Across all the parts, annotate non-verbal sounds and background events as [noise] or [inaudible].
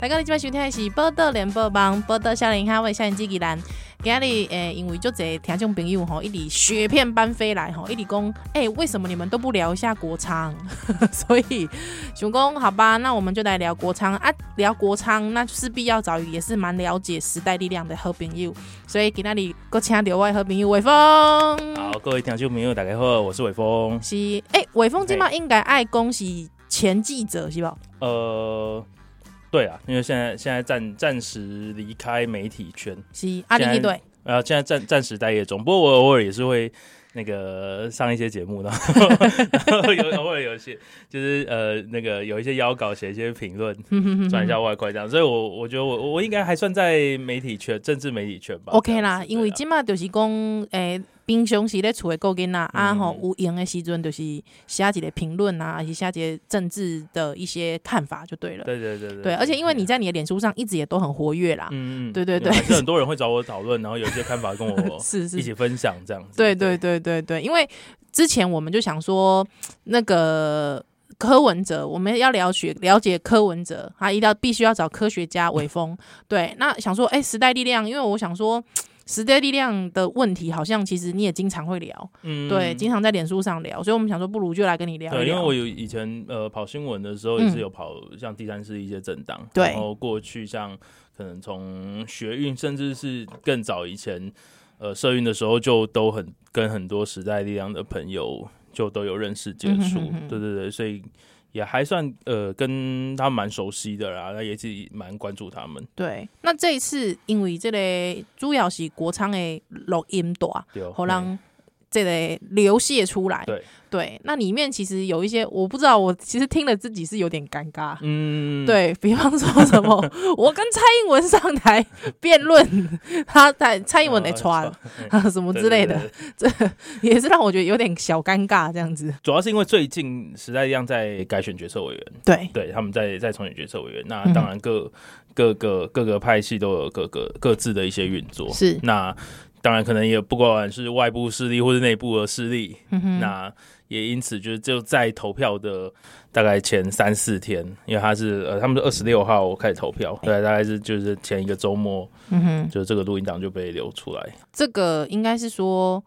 大家你今晚收听的是《报道联播网》，报道少年哈，我是少年机器人。今日诶、呃因为就这听众朋友吼，一直雪片般飞来吼，一直讲诶、为什么你们都不聊一下国昌？ [laughs] 所以熊公，好吧，那我们就来聊国昌啊，聊国昌，那势必要找也是蛮了解时代力量的好朋友，所以今天里搁请到我的好朋友伟峰。好，各位听众朋友，大家好，我是伟峰。是，诶、伟峰今嘛应该爱恭喜前记者是吧？呃，对啊，因为现在现在暂暂时离开媒体圈，是阿里现在一对，呃，现在暂暂时待业中。不过我偶尔也是会那个上一些节目，然后 [laughs] 然后有偶尔有一些就是呃那个有一些邀稿，写一些评论，嗯赚一下外快这样。所以我我觉得我我应该还算在媒体圈，政治媒体圈吧。 OK 这样啦，子因为对啊即嘛就是讲，诶、平常时咧厝诶顾囡仔啊嗯吼，有闲诶时阵就是写一个评论啊，还是写一个政治的一些看法就对了。对对对对对，而且因为你在你的脸书上一直也都很活跃啦，嗯嗯对对对还是很多人会找我讨论，然后有一些看法跟嗯 [laughs] 我是一是，起分享这样子。对对对对对，因为之前我们就想说，那个柯文哲，我们要了解了解柯文哲，他一定要必须要找科学家伟 [laughs] 峰。对，那想说，哎、时代力量，因为我想说。时代力量的问题，好像其实你也经常会聊，嗯对，经常在脸书上聊，所以我们想说，不如就来跟你聊一对，因聊。为我有以前呃跑新闻的时候嗯也是有跑像第三世一些政党，对然后过去像可能从学运，甚至是更早以前呃社运的时候，就都很跟很多时代力量的朋友就都有认识接嗯触，哼哼哼对对对，所以也还算呃跟他们蛮熟悉的啦，那也是蛮关注他们，对，那这一次因为这个主要是国昌的录音带，对，哦好让这个流泻出来。对对，那里面其实有一些我不知道，我其实听了自己是有点尴尬。嗯，对 [laughs] 比方说什 [laughs] 么，我跟蔡英文上台辩论， [laughs] 他蔡蔡呃，英文得穿嗯。啊 [laughs] 什么之类对对对的，也是让我觉得有点小尴尬这样子。主要是因为最近时代力量在改选决策委员，对，对，他们在在重选决策委员。那嗯哼当然各、各个各个派系都有各个各自的一些运作。是，那当然可能也不管是外部势力或是内部的势力，嗯哼，那也因此就是就在投票的大概前三四天，因为他是呃他们是二十六号开始投票，对，大概是就是前一个周末，嗯哼，就这个录音档就被流出来。这个应该是说，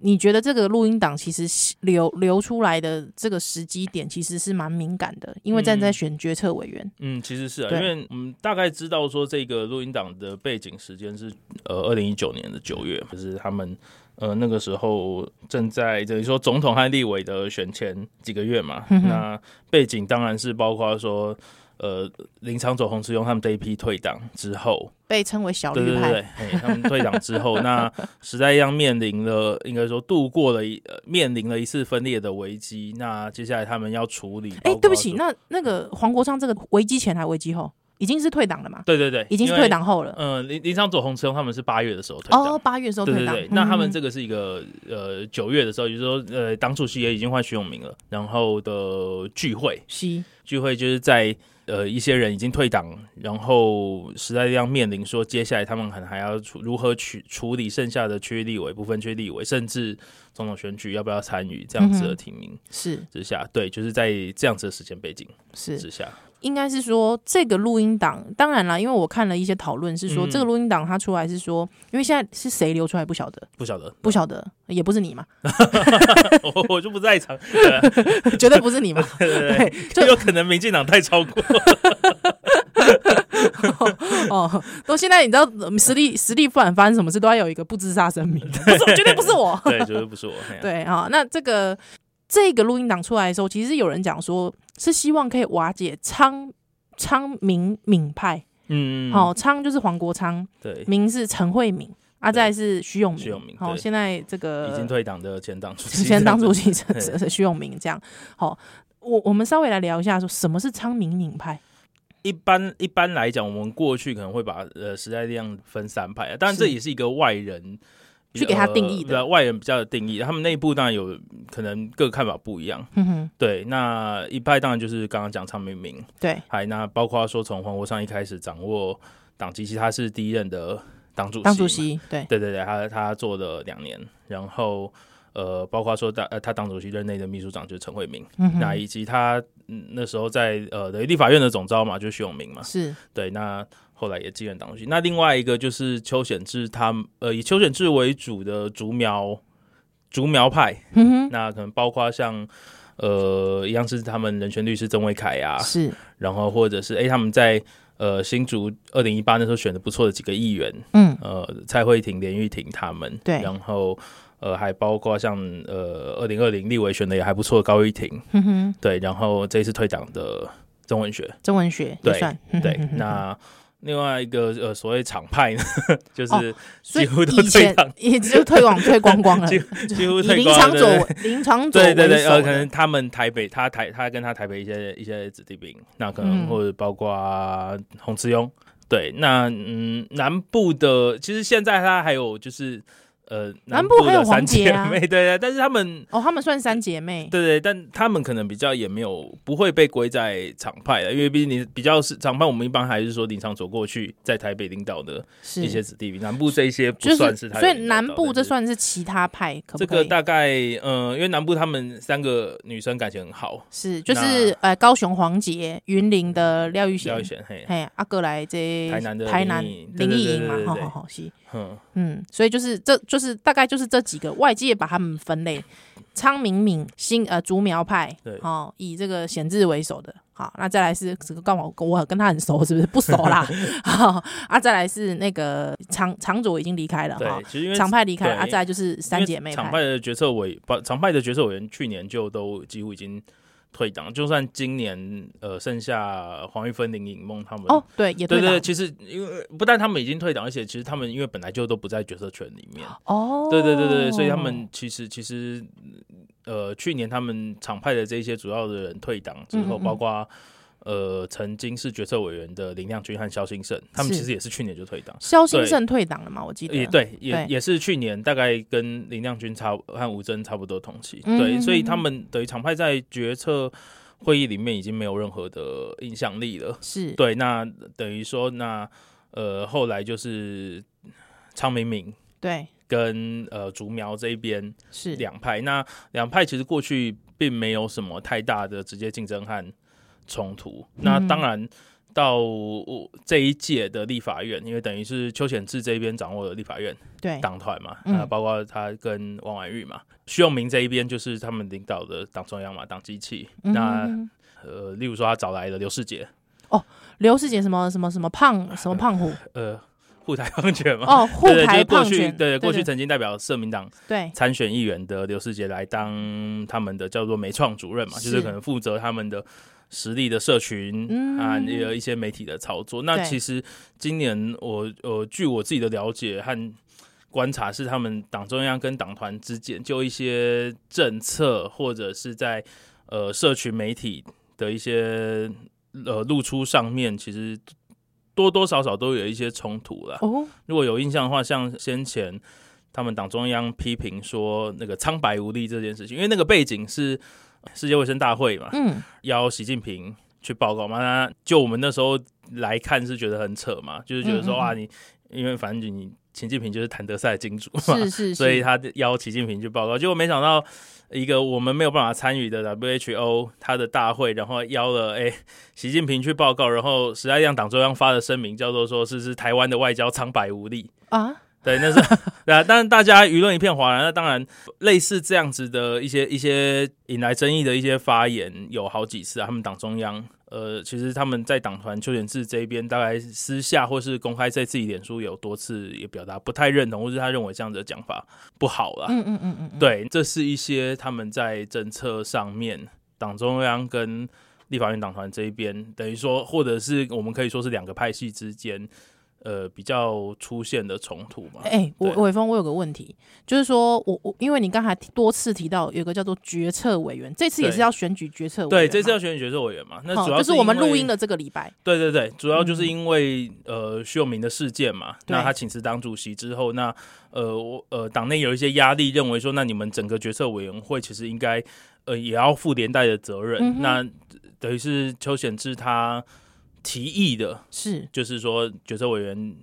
你觉得这个录音档其实是流流出来的这个时机点其实是蛮敏感的，因为站在嗯选决策委员，嗯，其实是啊，对因为我们大概知道说这个录音档的背景时间是呃二零一九年的九月，就是他们呃那个时候正在等于说总统和立委的选前几个月嘛，嗯哼那背景当然是包括说呃林长佐、洪志庸他们这一批退党之后，被称为小对绿对对派，对，嘿他们退党之 [laughs] 后，那时代一样面临了，应该说度过了一、呃、面临了一次分裂的危机，那接下来他们要处理，哎、包括对不起，说那那个黄国昌这个危机前还危机后，已经是退党了嘛？对对对，已经是因为退党后了。嗯，林林长佐、洪慈庸他们是八月的时候退党。哦，八月的时候对退对党。对，那他们嗯这个是一个呃九月的时候，也就是说呃党主席也已经换徐永明了，然后的聚会，是聚会就是在呃一些人已经退党，然后时代力量面临说接下来他们可能还要处如何去处理剩下的区域立委、部分区域立委，甚至总统选举要不要参与这样子嗯的提名是之下，对，就是在这样子的时间背景是，之下，应该是说这个录音档，当然啦，因为我看了一些讨论是说、嗯这个录音档它出来是说，因为现在是谁流出来不晓得，不晓得， [laughs] 不晓得，也不是你嘛， [laughs] 我我就不在场，对啊绝对不是你嘛，对对 [laughs] 对，[laughs] 对，就就有可能民进党太超过。哦，都现在你知道嗯实力实力不管发生什么事，都要有一个不自杀声明，不是，绝对不是我。 [laughs] 对，绝对不是我。嘿啊， [laughs] 对啊、那这个这个录音档出来的时候，其实有人讲说是希望可以瓦解昌昌明敏派，嗯，好、，昌就是黄国昌，对，明是陈慧敏，啊，对再来是徐永明，徐永明好、对现在这个 [laughs] 已经退党的前党主席，之呃前当主席对是是徐永明这样，好、我我们稍微来聊一下，说什么是昌明敏派？一般一般来讲，我们过去可能会把呃时代力量分三派啊，当然是这也是一个外人。去给他定义的呃对外人比较有定义，他们内部当然有可能各个看法不一样。哼哼，对，那一派当然就是刚刚讲常明明，对，还那包括说从黄国昌一开始掌握党机，其实他是第一任的党主席嘛，当主席，对，对对对，他他做了两年，然后呃，包括说当呃他党主席任内的秘书长就是陈慧明，嗯哼那以及他嗯那时候在呃等于立法院的总召嘛，就是徐永明嘛，是对，那后来也继任党主席。那另外一个就是邱显志他们，呃，以邱显志为主的竹苗竹苗派，嗯那可能包括像呃，一样是他们人权律师曾伟凯啊，是，然后或者是哎、诶他们在呃新竹二零一八那时候选的不错的几个议员，嗯，呃，蔡慧婷、连玉婷他们，对然后。呃，还包括像呃，二零二零立委选的也还不错的高玉婷，哼嗯哼，对，然后这一次退党的曾文学，中文学也对算，对嗯哼哼，哼那另外一个呃，所谓厂派呢， [laughs] 就是、哦所以几乎都以前退党 [laughs] 也就推广推光光了， [laughs] 几以乎几乎退林光长了佐对为 [laughs] 林长佐对对对，为首呃，的可能他们台北，他台他跟他台北一些一些子弟兵，那可嗯能或者包括洪志庸，对，那嗯，南部的其实现在他还有就是呃，南部部还有的黄三杰姐啊妹，对 [laughs] 对，但是他们哦，他们算三姐妹，对对，但他们可能比较也没有不会被归在厂派的，因为毕竟你比较是厂派，我们一般还是说林场走过去在台北领导的是一些子弟兵，南部这一些不就算是是台所北以领导南的部但这是算是其他派，可不这可个以？大概呃，因为南部他们三个女生感情很好。是就是呃，高雄黄杰、云林的廖玉贤萧，贤嘿，嘿，阿哥来这台南的台南林义林义营嘛对对对对，好对好好是，嗯，嗯，所以就是这就是大概就是这几个外界把他们分类，昌明敏新呃竹苗派，对哦，以这个显志为首的。好，那再来是这个干嘛？我跟他很熟，是不是不熟 [laughs] 啦？好啊，再来是那个长长佐已经离开了哈对，，其实因为长派离开了对啊，再来就是三姐妹因为厂派，派的决策委，把厂派的决策委员去年就都几乎已经退党，就算今年呃剩下黄玉芬、林颖梦他们。哦，对，也对对对，了其实因为不但他们已经退党，而且其实他们因为本来就都不在决策圈里面。哦，对对对对，所以他们其实其实呃，去年他们厂派的这一些主要的人退党之后，嗯嗯嗯包括呃曾经是决策委员的林亮君和萧兴盛，他们是其实也是去年就退党。萧兴盛退党了嘛？我记得也对，也对也是去年大概跟林亮君差不和吴征差不多同期，嗯对，嗯所以嗯他们等于厂派在决策会议里面已经没有任何的影响力了。是，对，那等于说那呃后来就是昌明敏对跟呃竹苗这一边是两派，那两派其实过去并没有什么太大的直接竞争和冲突。那嗯当然。到我这一届的立法院，因为等于是邱显志这边掌握了立法院，对党团嘛，嗯那包括他跟王婉玉嘛，徐永明这一边就是他们领导的党中央嘛，党机器。嗯那嗯嗯呃，例如说他找来了刘世杰，刘世杰什么什么什么胖什么胖虎呃，护台 [laughs] 胖犬嘛，哦，护对对，就是台过胖去犬，对过去对曾经代表社民党 [laughs] 对参选议员的刘世杰来当他们的叫做媒创主任嘛，就是是可能负责他们的实力的社群、嗯啊，也有一些媒体的操作。那对其实今年我呃，据我自己的了解和观察，是他们党中央跟党团之间就一些政策或者是在呃社群媒体的一些呃露出上面，其实。多多少少都有一些冲突啦。哦如果有印象的话，像先前他们党中央批评说那个苍白无力这件事情，因为那个背景是呃世界卫生大会嘛， [laughs] 嗯邀习近平去报告嘛，那就我们那时候来看是觉得很扯嘛，就是觉得说嗯嗯嗯哇，你因为反正你习近平就是谭德赛金主嘛，是是，所以是他邀习近平去报告，结果没想到一个我们没有办法参与的 WHO 他的大会，然后邀了哎习近平去报告，然后时代力量党中央发的声明叫做说是是台湾的外交苍白无力。啊对，那是对啊，当然大家舆论一片哗然。那当然，类似这样子的一些一些引来争议的一些发言，有好几次啊。他们党中央，呃，其实他们在党团邱显志这一边，大概私下或是公开在自己脸书有多次也表达不太认同，或是他认为这样子的讲法不好啦。嗯嗯嗯嗯嗯，对，这是一些他们在政策上面，党中央跟立法院党团这一边，等于说，或者是我们可以说是两个派系之间，呃，比较出现的冲突嘛。哎、我对伟峰，我有个问题，就是说我我因为你刚才多次提到有个叫做决策委员，这次也是对要选举决策委员对，嘛，这次要选举角色委员嘛，那好主要就是我们录音的，的这个礼拜，对对对，主要就是因为、呃徐永明的事件嘛，对那他请辞党主席之后，那呃我呃党内有一些压力，认为说那你们整个决策委员会其实应该呃也要负连带的责任，嗯哼那等于是邱显志他提议的，是就是说决策委员。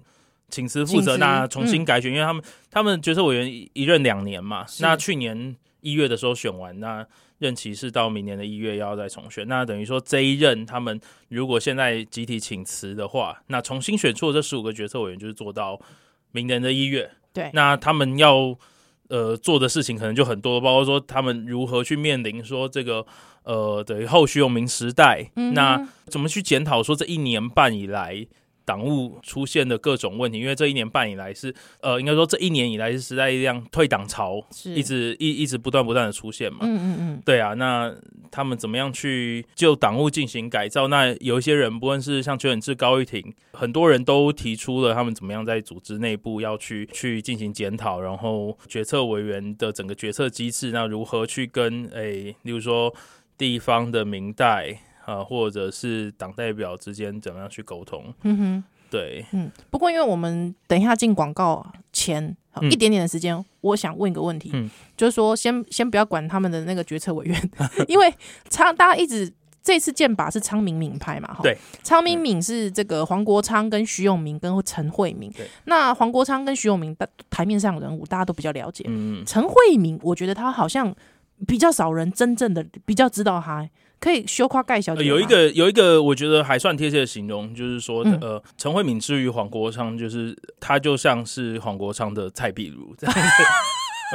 请辞负请责，辞嗯那重新改选，因为他们他们决策委员一一任两年嘛，是那去年一月的时候选完，那任期是到明年的一月要再重选。那等于说这一任他们如果现在集体请辞的话，那重新选出的这十五个决策委员就是做到明年的一月。对那他们要呃做的事情可能就很多，包括说他们如何去面临说这个呃等于后续用民时代，嗯哼那怎么去检讨说这一年半以来党务出现的各种问题？因为这一年半以来是呃，应该说这一年以来是时代力量退党潮，是一直一一直不断不断的出现嘛。嗯嗯嗯，对啊，那他们怎么样去就党务进行改造？那有一些人，不论是像邱远志、高玉婷，很多人都提出了他们怎么样在组织内部要去去进行检讨，然后决策委员的整个决策机制，那如何去跟诶，例如说地方的明代啊、呃或者是党代表之间怎么样去沟通？嗯哼。对，不过，因为我们等一下进广告前好嗯一点点的时间，我想问一个问题，嗯就是说先先不要管他们的那个决策委员， [laughs] 因为昌大家一直这次剑拔是昌明敏拍嘛，哈对，昌明敏是这个黄国昌跟徐永明跟陈慧敏对，那黄国昌跟徐永明的台面上人物大家都比较了解，嗯，陈慧敏我觉得他好像比较少人真正的比较知道他，可以羞夸盖小姐呃吗、有一个有一个，我觉得还算贴切的形容，就是说，嗯呃，陈慧敏之于黄国昌，就是他就像是黄国昌的蔡壁如这样子。 [laughs]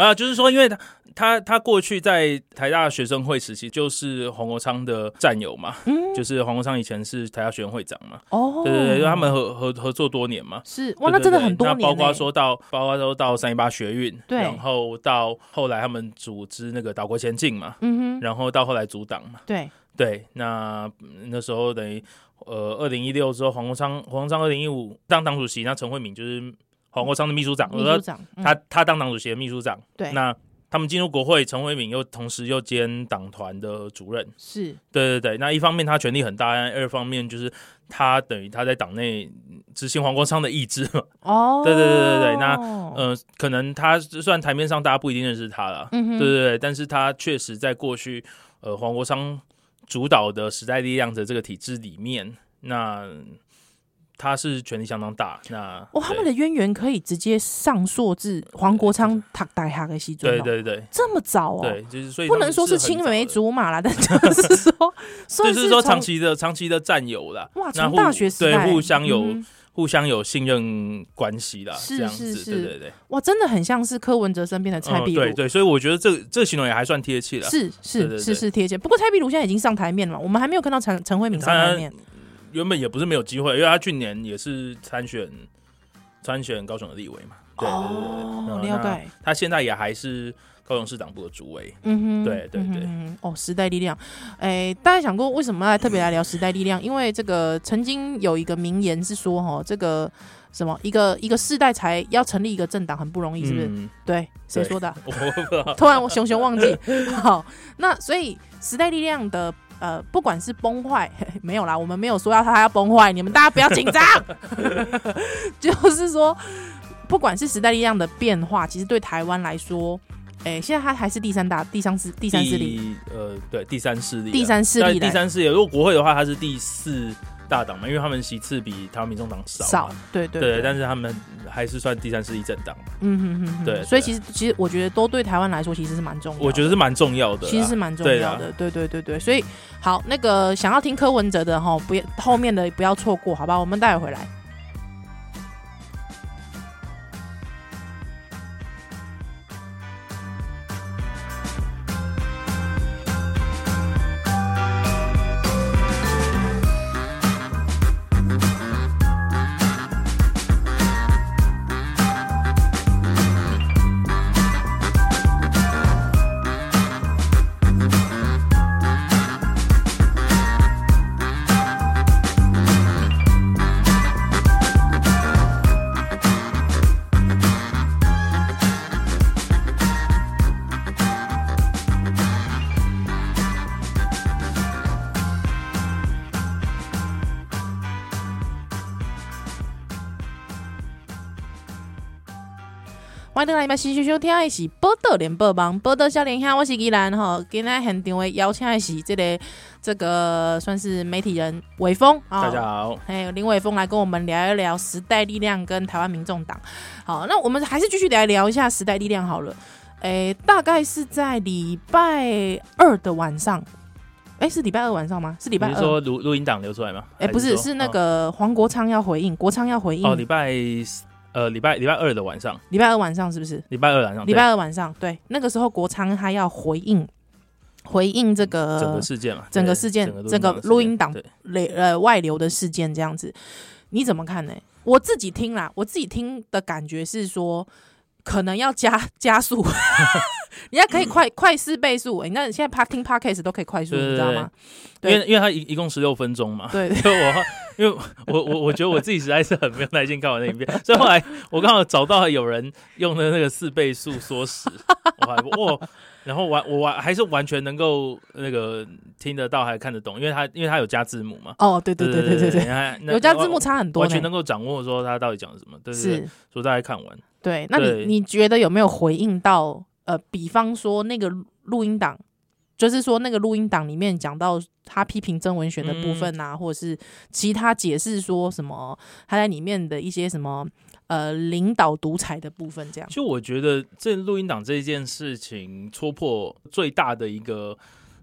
啊，就是说，因为他他他过去在台大学生会时期就是黄国昌的战友嘛，就是黄国昌以前是台大学生会长嘛，嗯哦，对对对，因为他们合合合作多年嘛，是哇，对那对真的对很多那年、包括欸说到，包括说到三一八学运，对然后到后来他们组织那个岛国前进嘛，嗯哼，然后到后来阻挡嘛，对，对，那嗯那时候等于呃，二零一六之后，黄国昌，黄国昌二零一五当党主席，那陈慧敏就是黄国昌的秘书长，秘呃书长，嗯他他当党主席的秘书长。对那他们进入国会，陈慧敏又同时又兼党团的主任。是对对对，那一方面他权力很大，二方面就是他等于他在党内嗯执行黄国昌的意志嘛。哦，对对对对对那嗯呃，可能他虽然台面上大家不一定认识他啦，嗯哼对对对，但是他确实在过去呃黄国昌主导的时代力量的这个体制里面，那他是权力相当大。那哇，他们对的渊源可以直接上溯至黄国昌塔大哈的西尊，对，对对这么早哦，对，就是所以不他们能说是是很青早梅的，竹马啦， [laughs] 但就是说，算就是说长从期的长期的战友啦，哇，那从互大学时代对互相有、嗯互相有信任关系啦，是这样是子，是对对对，哇，真的很像是柯文哲身边的蔡嗯壁如对。对，所以我觉得这这形容也还算贴切了。是对对是是对是贴切，不过蔡壁如现在已经上台面了嘛，我们还没有看到陈陈慧敏上台他面。原本也不是没有机会，因为他去年也是参选参选高雄的立委嘛。对对对对，哦，嗯了。那解。他现在也还是高雄市党部的主委。嗯哼，对对对嗯哼哦，时代力量，哎，大家想过为什么要特别来聊时代力量？因为这个曾经有一个名言是说，哈，这个什么一个一个世代才要成立一个政党很不容易，是不是？嗯对，谁说的啊？我不知 [laughs] 道。突然我熊熊忘记。 [laughs] 好，那所以时代力量的呃，不管是崩坏没有啦，我们没有说要它要崩坏，你们大家不要紧 [laughs] 张。就是说，不管是时代力量的变化，其实对台湾来说，哎、现在它还是第三大、第三势、第三势力、第呃，对，第三势力啊，第三势力但第来三势力。如果国会的话，他是第四大党嘛，因为他们席次比台湾民众党少嘛。少，对对对，但是他们还是算第三势力政党嘛，嗯哼哼哼，对所以对其实其实我觉得都对台湾来说其实是蛮重要的。我觉得是蛮重要的啦。其实是蛮重要对啊的，对对对对，所以好，那个想要听柯文哲的哈，不要后面的不要错过，好吧？我们待会回来。欢迎回来，你们继续收听的是《波道联播网》，波道少年兄，我是依兰哈。今天现场的邀请的是这个这个算是媒体人伟峰啊，大家好，还有林伟峰来跟我们聊一聊时代力量跟台湾民众党。好，那我们还是继续来聊一下时代力量好了。诶、大概是在礼拜二的晚上，诶、是礼拜二晚上吗？是礼你拜是二？说录录音档流出来吗？诶、哎不还是，说是那哦个黄国昌要回应，国昌要回应，哦，礼拜呃礼拜礼拜二的晚上，礼拜二晚上是不是？礼拜二晚上，礼拜二晚上，对，那个时候国昌他要回应回应这对嗯整个个事件嘛，啊整个对事件整整个录音档的事件累呃外流的事件这样子，你怎么看呢？我自己听啦，我自己听的感觉是说，可能要加 [laughs] 加 [laughs] 速，人家可以快、快四倍速、欸，那你现在 p 听 podcast 都可以快速，对你知道吗？对，对因为因为它一一共十六分钟嘛，对，就我，因为我我我觉得我自己实在是很没有耐心看完那影片，所以后来我刚好找到有人用的那个四倍速缩时，我还哇，然后完我完还是完全能够那个听得到，还看得懂，因为他因为他有加字幕嘛，哦，对对对对对对对，对有加字幕差很多完全呢、能够掌握说他到底讲什么，对对对，是，所以大家看完，对。那你对你觉得有没有回应到呃，比方说那个录音档，就是说那个录音档里面讲到他批评曾文璇的部嗯分啊，或者是其他解释说什么他在里面的一些什么呃领导独裁的部分这样。就我觉得这录音档这一件事情戳破最大的一个，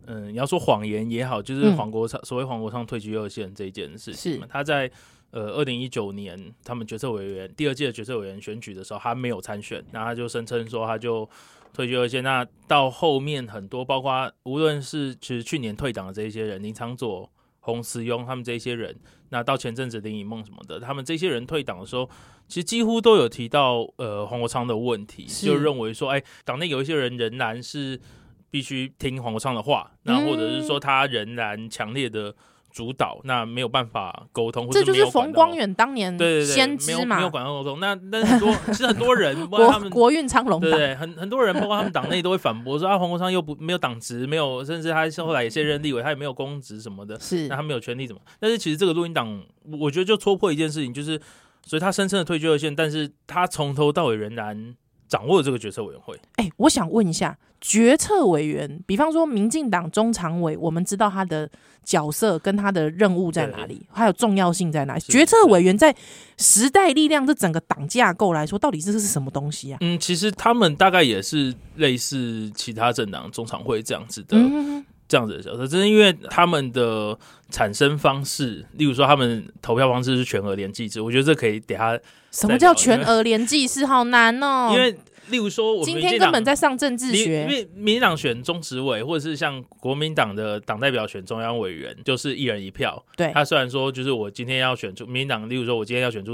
嗯，你要说谎言也好，就是嗯黄国昌、所谓黄国昌退居二线这一件事情嘛是他在呃二零一九年他们决策委员第二届的决策委员选举的时候，他没有参选，那他就声称说他就。退居二线，那到后面很多，包括无论是其实去年退党的这一些人，林长佐、洪慈庸他们这一些人，那到前阵子林以梦什么的，他们这些人退党的时候，其实几乎都有提到呃黄国昌的问题，是就认为说，哎，党内有一些人仍然是必须听黄国昌的话，那嗯或者是说他仍然强烈的主导，那没有办法沟通，或这者就是冯光。远当年哦对对对，先没知有嘛没有，管道沟通，那那很多其实很多人， [laughs] 包括他国们国运昌隆对党，对，很很多人，包括他们党内都会反驳说啊，黄国昌又不没有党职，没有，甚至他是后来也卸任立委，他也没有公职什么的，是那他没有权利怎么？但是其实这个录音档，我我觉得就戳破一件事情，就是，所以他声称的退居二线，但是他从头到尾仍然掌握了这个决策委员会。哎、我想问一下，决策委员，比方说民进党中常委，我们知道他的角色跟他的任务在哪里，还有重要性在哪里？是决策委员在时代力量这整个党架构来说，到底这个是什么东西啊？嗯，其实他们大概也是类似其他政党中常会这样子的、嗯，这样子的角色，只是因为他们的产生方式，例如说他们投票方式是全额联计制，我觉得这可以给他，什么叫全额联计是好难哦、因为例如说我们今民天进根党本在上政治民因学，为民进党选中执委，或者是像国民党的党代表选中央委员，就是一人一票。对他虽然说，就是我今天要选出民进党，例如说我今天要选出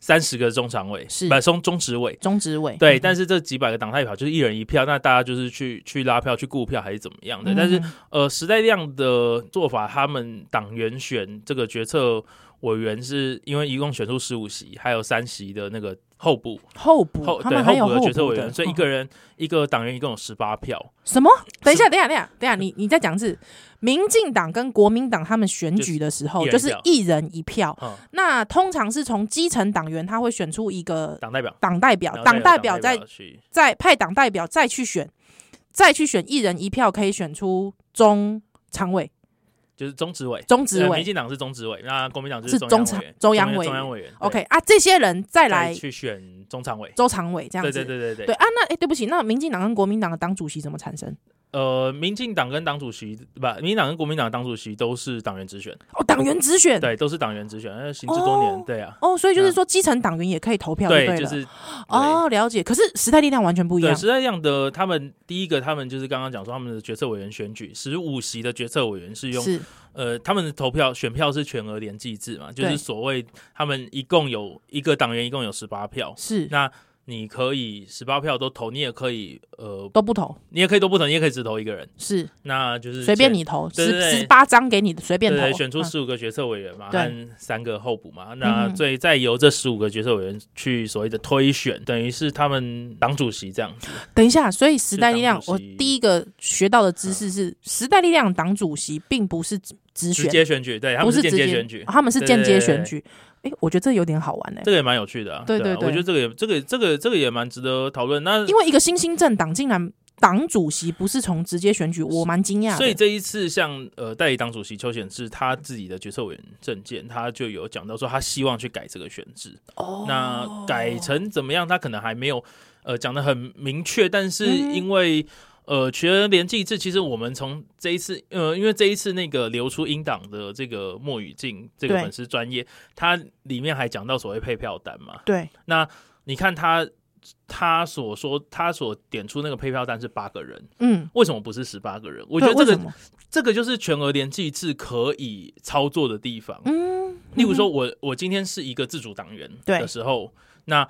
三十个中常委，是嗯不中中执委，中执委对，但是这几百个党代表就是一人一票，那大家就是去去拉票、去顾票还是怎么样的？但是嗯呃，时代力量的做法，他们党员选这个决策委员是因为一共选出十五席，还有三席的那个候补候补后他对们还有候补的决策委的员，所以一哦个人、一个党员一共有十八票。什么？等一下，等一下，等一下，等一下，你你再讲一次，民进党跟国民党他们选举的时候，就就是是一人一票。嗯，那通常是从基层党员，他会选出一个党代表，党代表，党代表再去，再派党代表再去选，再去选一人一票，可以选出中常委、就是中执委，中执呃民委。进党是中执委，那国民党就是中常常委中中央央委中央委员对 OK 啊，这些人再来去选中常委，州常委这样对子。对对对对对。啊，那哎、对不起，那民进党跟国民党的党主席怎么产生？呃，民进党跟党主席不，民进党跟国民党的党主席都是党员直选，哦，党员直选。对，都是党员直选，呃，行之多年，对啊，哦，所以就是嗯说基层党员也可以投票就对，了。就是哦，了解。可是时代力量完全不一对，样。时代力量的他们第一个，他们就是刚刚讲说他们的决策委员选举，十五席的决策委员是用是呃，他们的投票选票是全额联计制嘛，就对是所谓他们一共有一个党员一共有十八票，是那你可以十八票都投，你也可以呃，都不投，你也可以都不投，你也可以只投一个人，是那就是随便选你投，对对十对十八张给你随便投，对，选出嗯十五个决策委员嘛，对和三个候补嘛，嗯那哼所以再由这十五个决策委员去所谓的推选，等于是他们党主席这样子，等一下，所以时代力量是，党我主席第一个学到的知识是，时代力量党主席并不是直直直选，接选举，对，他不们是间直接接选举哦，他们是对间对接对选对举。哎，我觉得这有点好玩哎，这个也蛮有趣的啊，对对啊对对我觉得这个也这个这个这个也蛮值得讨论。那因为一个新兴政党竟然党主席不是从直接选举，我蛮惊讶的。所以这一次像呃代理党主席邱显志他自己的决策委员证件，他就有讲到说他希望去改这个选制。哦那改成怎么样，他可能还没有呃讲的很明确，但是嗯因为。呃，学联记制，其实我们从这一次，呃，因为这一次那个流出英党的这个莫雨静这个对粉丝专业，它里面还讲到所谓配票单嘛，对那你看他他所说他所点出那个配票单是八个人，嗯，为什么不是十八个人？我我觉得这个么这个就是全额联计制可以操作的地方。嗯，例如说我，我今天是一个自主党员对的时候，那。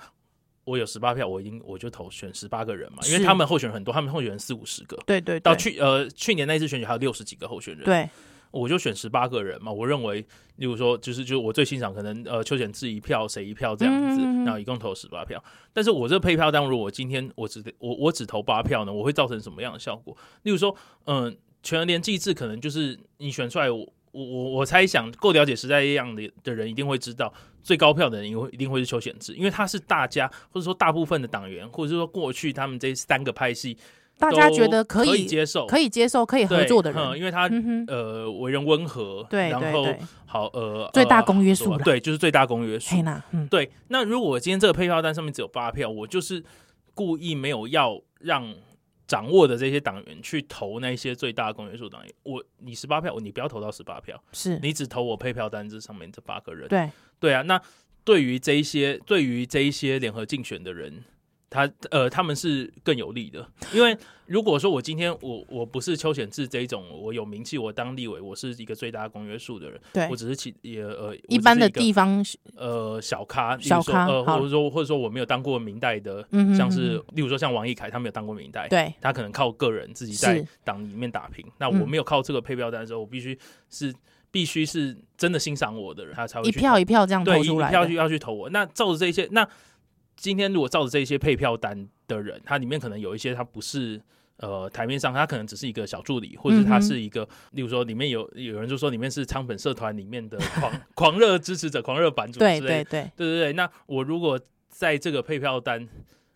我有十八票，我已经我就投选十八个人嘛，因为是他们候选人很多，他们候选人四五十个，对对到对去呃去年那一次选举还有六十几个候选人，对我就选十八个人嘛。我认为，例如说，就是就是我最欣赏可能呃邱显志一票，谁一票这样子，嗯嗯嗯嗯然后一共投十八票。但是我这配票单，如果我今天我只我我只投八票呢，我会造成什么样的效果？例如说，嗯、全联机制可能就是你选出来我。我我我猜想，够了解时代力量的的人一定会知道，最高票的人一定会一定会是邱显志，因为他是大家或者说大部分的党员，或者说过去他们这三个派系，大家觉得可可以接受，可以接受、可以合哦对作的嗯人，因为他嗯哼，呃为人温和，对然对后对，好呃最大呃公约数好啦对，就是最大公约数嘿。啦，嗯，对，那如果我今天这个配票单上面只有八票，我就是故意没有要让掌握的这些党员去投那些最大公约数党员。我你十八票，你不要投到十八票，是，你只投我配票单这上面这八个人。对对啊，那对于这一些对于这一些联合竞选的人，他呃他们是更有利的，因为如果说我今天我我不是邱显志这一种，我有名气，我当立委，我是一个最大公约数的人，对我，只是其也呃一般的地地方，呃小咖，例如小说咖呃好或者说或者说我没有当过明代的，嗯哼，像嗯是哎嗯例如说像王一凯，他没有当过明代，对他可能靠个人自己是在党里面打拼。那我嗯没有靠这个配票单的时候，我必须是必须是真的欣赏我的人，他才会一去票投一票这样对投一出一来票的就，要去投我。那照着这些，那今天如果照着这些配票单的人，他里面可能有一些他不是。呃，台面上他可能只是一个小助理，或者是他嗯哼是一个，例如说里面有有人就说里面是昌粉社团里面的狂 [laughs] 狂热支持者、狂热版主之类对的，对对，对对对，那我如果在这个配票单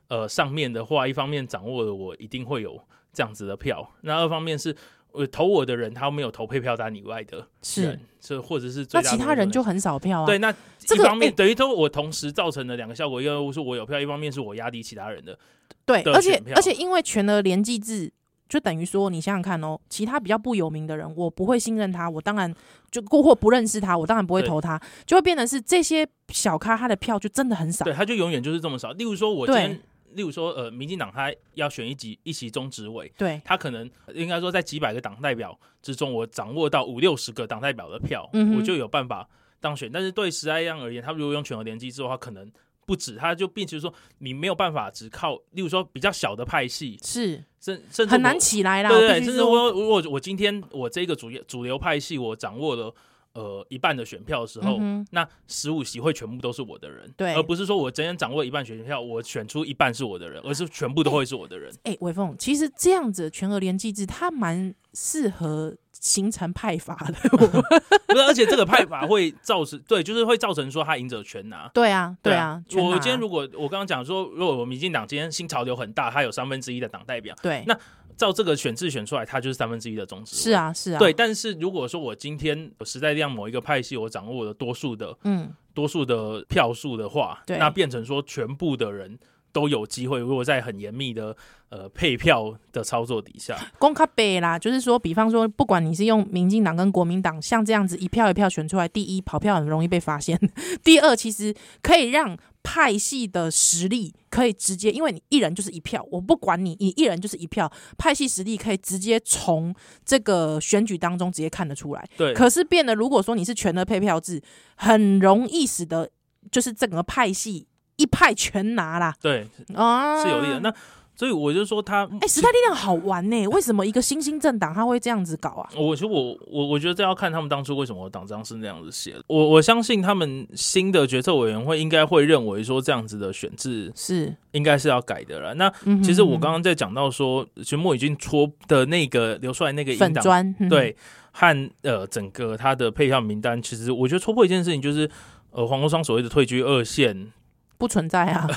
呃上面的话，一方面掌握了我一定会有这样子的票，那二方面是我投我的人他没有投配票单以外的是人，，是或者是最那大其公他约数人的就很少票啊，对，那这一个方面哎等于说我同时造成了两个效果，一个是我有票，一方面是我压低其他人的，对，的而且选票而且因为全额联计制，就等于说你想想看哦，其他比较不有名的人，我不会信任他，我当然就或或不认识他，我当然不会对投他，就会变成是这些小咖他的票就真的很少对，，他就永远就是这么少。例如说，我今对天，例如说，呃，民进党他要选一级一席中执委，对，他可能应该说在几百个党代表之中，我掌握到五六十个党代表的票，嗯哼我就有办法当选。但是对时代力量而言，他如果用全额联机制的话，可能不止，他就并且说你没有办法只靠，例如说比较小的派系，是甚甚至很我难起来啦，对我对，必甚须至说，我如果我今天我这个主流主流派系我掌握了呃一半的选票的时候，嗯哼那十五席会全部都是我的人，对而不是说我真正掌握一半选票，我选出一半是我的人，而是全部都会是我的人。 [laughs] 哎，伟凤，其实这样子的全额联计制，它蛮适合形成派阀的，我不是，而且这个派法会造成对，就是会造成说他赢者全拿。 [laughs] 对啊，对啊，全拿我今天如果我刚刚讲说，如果我民进党今天新潮流很大，他有三分之一的党代表，对那照这个选制选出来，他就是三分之一的中执。是，啊是啊，对。，但是如果说我今天我时代力量某一个派系，我掌握了多数的嗯，多数的票数的话，对那变成说全部的人都有机会。如果在很严密的呃配票的操作 [laughs] 底下，公卡贝啦，就是说，比方说，不管你是用民进党跟国民党，像这样子一票一票选出来，第一跑票很容易被发现， [laughs] 第二其实可以让派系的实力可以直接，因为你一人就是一票，我不管你，你一人就是一票，派系实力可以直接从这个选举当中直接看得出来。对，可是变得，如果说你是全额配票制，很容易使得就是整个派系一派全拿啦对啊，是有利的。那所以我就说他，哎、时代力量好玩呢、为什么一个新兴政党他会这样子搞 [laughs] 啊？我其实我我我觉得这要看他们当初为什么党章是那样子写的。我我相信他们新的决策委员会应该会认为说这样子的选制是，应该是要改的了。那嗯哼其实我刚刚在讲到说，徐墨已经戳的那个流出来那哼个引粉导，砖，嗯，对，和呃整个他的配票名单，其实我觉得戳破一件事情就是，呃，黄国昌所谓的退居二线。不存在啊，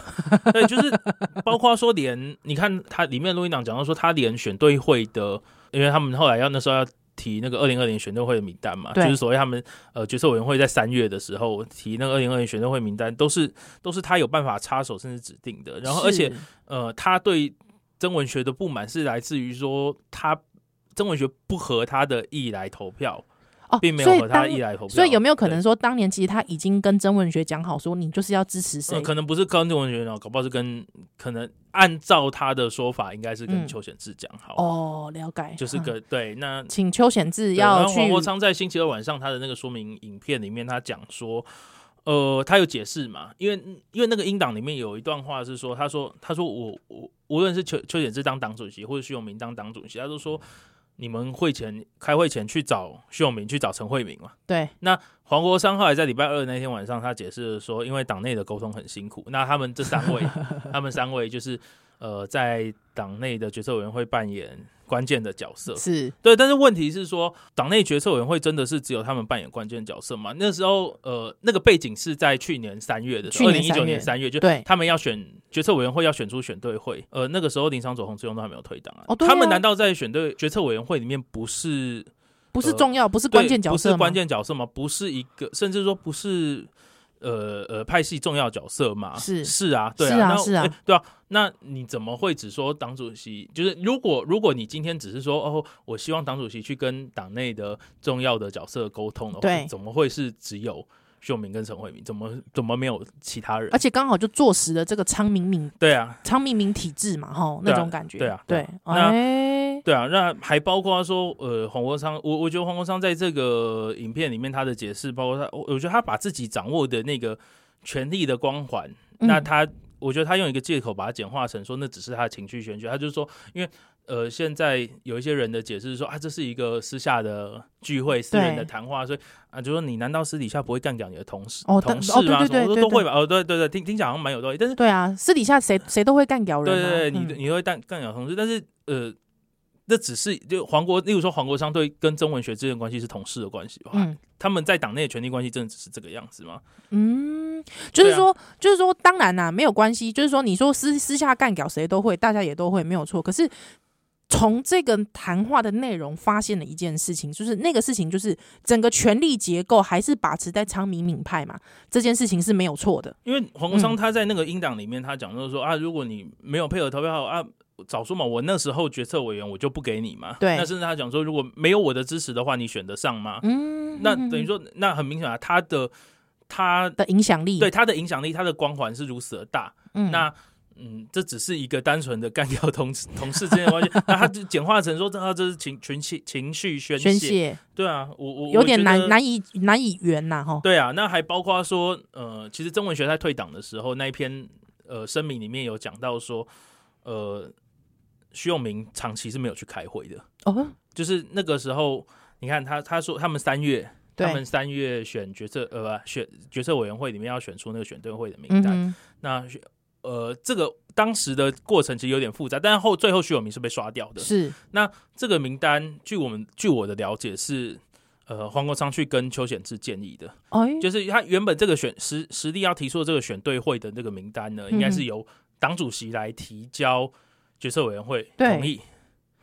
对， [laughs] 就是包括说连你看他里面录音档讲到说，他连选对会的，因为他们后来要那时候要提那个二零二零选对会的名单嘛，就对是所谓他们呃决策委员会在三月的时候提那个二零二零选对会名单，都是都是他有办法插手甚至指定 [laughs] 的。然后而且是呃，他对曾文学的不满是来自于说他曾文学不合他的意来投票，哦，并没所有以和他当的意来投票，所以有没有可对能说，当年其实他已经跟曾文学讲好，说你就是要支持谁？嗯，可能不是跟中文学哦长，搞不好是跟可能按照他的说法，应该是跟嗯邱显志讲好，哦，了解，就是嗯个、对那。请邱显志对要然后去黄国昌在星期二晚上他的那个说明影片里面，他讲说，呃，他有解释嘛，因为因为那个音档里面有一段话是说，他说他说我我无论是邱邱显志当党主席，或者徐永明当党主席，他都说你们会前开会前去找徐永明去找陈慧明嘛，对黄国昌后来在礼拜二那天晚上，他解释了说，因为党内的沟通很辛苦，那他们这三 [laughs] 位，他们三位就是呃，在党内的决策委员会扮演关键的角色。是对，但是问题是说，党内决策委员会真的是只有他们扮演关键角色吗？那时候，呃，那个背景是在去年三月的时候，二去零年一九3年月三月，就对他们要选决策委员会，要选出选对会。呃，那个时候林长佐、洪志勇都还没有退党啊。哦对啊他们难道在选对决策委员会里面不是不是呃重要，不是对关键角色不吗，是关键角色吗？不是一个，甚至说不是呃呃派系重要角色嘛？是是啊，对是啊那是啊呃对啊。那你怎么会只说党主席？就是如果如果你今天只是说哦，我希望党主席去跟党内的重要的角色沟通的话，对怎么会是只有秀敏跟陈慧敏？怎么怎么没有其他人而？且刚好就坐实了这个昌明明对啊，昌明明体制嘛，哈，对那啊种感觉，对啊对对啊，那哎，对啊，那还包括说，呃，黄国昌，我我觉得黄国昌在这个影片里面他的解释，包括他，我我觉得他把自己掌握的那个权力的光环，嗯那他，我觉得他用一个借口把它简化成说，那只是他的情绪选举，他就是说，因为呃，现在有一些人的解释是说啊，这是一个私下的聚会、私人的谈话，所以啊，就说你难道私底下不会干掉你的同事、哦但同事哦对吗？对对什对么都都对会吧？哦，对对对，听听起来好像蛮有道理，但是对啊，私底下谁谁都会干掉人对啊，对对，你嗯你会干干掉同事，但是呃，那只是就黄国，例如说黄国昌对跟曾文学之间的关系是同事的关系吧？嗯他们在党内的权力关系真的只是这个样子吗？嗯，就是对啊说，就是说，当然啦、没有关系。就是说，你说私私下干屌谁都会，大家也都会，没有错。可是从这个谈话的内容发现了一件事情，就是那个事情就是整个权力结构还是把持在昌明敏派嘛，这件事情是没有错的。因为黄国昌嗯他在那个音档里面，他讲就是说啊，如果你没有配合投票啊。早说嘛，我那时候决策委员我就不给你嘛。对那甚至他讲说，如果没有我的支持的话，你选得上吗？嗯，那等于说，那很明显啊，他的他的影响力，对，他的影响力，他的光环是如此的大。嗯，那嗯，这只是一个单纯的干掉同事同事之间的关系，那他就简化成说，这他这是情情绪情绪宣宣泄对啊，我我有点难。我觉得难以难以圆呐，哈。对啊，那还包括说，呃，其实曾文学在退党的时候，那一篇呃声明里面有讲到说，呃，徐永明长期是没有去开会的，哦，就是那个时候，你看他他说他们三月。他们对，三月选决策，呃，不选决策委员会里面要选出那个选对会的名嗯单，哼，那呃，这个当时的过程其实有点复杂，但是后最后徐有明是被刷掉的。是这个名单，据我们据我的了解是。呃，黄国昌去跟邱显志建议的，哎， [laughs] 就是他原本这个选实实力要提出的这个选对会的那个名单呢，嗯哼应该是由党主席来提交决策委员会对同意。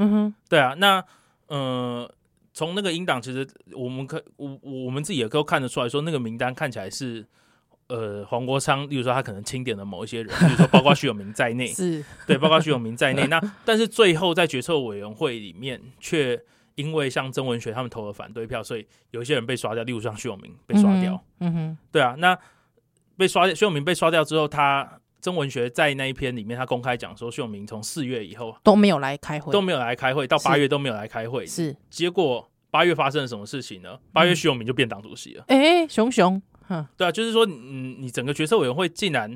嗯哼，对啊，那呃，从那个音档，其实我们可我我们自己也都看得出来说，那个名单看起来是呃黄国昌，例如说他可能清点了某一些人，比如说包括徐永明在内，是对，包括徐永明在内。那但是最后在决策委员会里面，却因为像曾文学他们投了反对票，所以有一些人被刷掉，例如像徐永明被刷掉，，嗯哼嗯对啊，那被刷掉，徐永明被刷掉之后，他。曾文学在那一篇里面，他公开讲说，徐永明从四月以后哼，都没有来开会，都没有来开会，到八是月都没有来开会，是结果八月发生了什么事情呢？八月徐永明就变党主席了。哎，熊熊，哼，对啊，就是说，嗯，你整个决策委员会竟然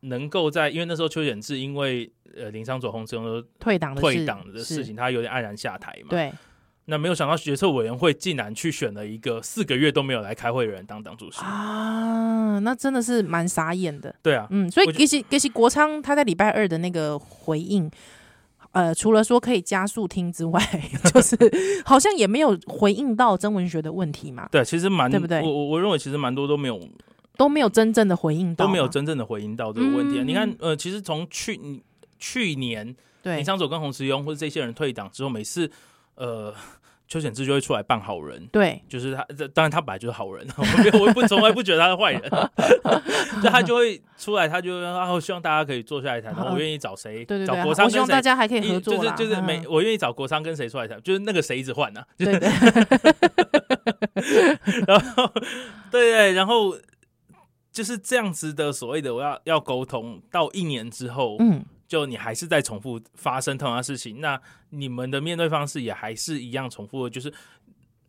能够在，因为那时候邱显志因为呃林商佐、洪志荣退党的都退事党的是事情，他有点黯然下台嘛。。对，那没有想到决策委员会竟然去选了一个四个月都没有来开会的人当党主席。啊，那真的是蛮傻眼的。对啊，嗯，所我以觉其实其实国昌他在礼拜二的那个回应，呃，除了说可以加速听之外， [laughs] [laughs] 就是好像也没有回应到曾文学的问题嘛。对啊，其实蛮对不对我我我认为其实蛮多都没有都没有真正的回应到都嘛，没有真正的回应到这个问题啊。啊嗯你看，呃，其实从去你去年对林，长佐跟洪慈庸或者这些人退党之后，每次呃 [laughs] 邱显志就会出来扮好人。对，就是他，这当然他本来就是好人， [laughs] 我没有，我不从来不觉得他是坏人， [laughs] 就他就会出来，他就会说啊，我希望大家可以坐下来谈，嗯我愿意找谁，对对找对，国商我希跟望大谁，家还可以合作就是啦，就是每嗯我愿意找国商跟谁出来谈，就是那个谁一直换啊， [laughs] 就对对然后对对，然后就是这样子的所谓的我要要沟通，到一年之后， [laughs] 嗯就你还是在重复发生同样的事情，那你们的面对方式也还是一样重复的，就是。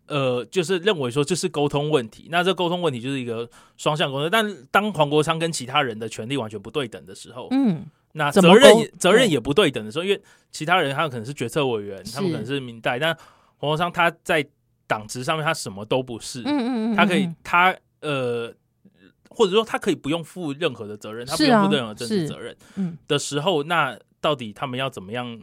呃，就是认为说这是沟通问题，那这沟通问题就是一个双向沟通。但当黄国昌跟其他人的权利完全不对等的时候，嗯，那怎么责任沟嗯也责任对也不对等的时候，因为其他人他可能是决策委员，他们是可能是明代，但黄国昌他在党职上面他什么都不是，嗯嗯嗯，他可以嗯他呃，或者说他可以不用负任何的责任，他不是用啊负任何政治是责任嗯的时候，那到底他们要怎么样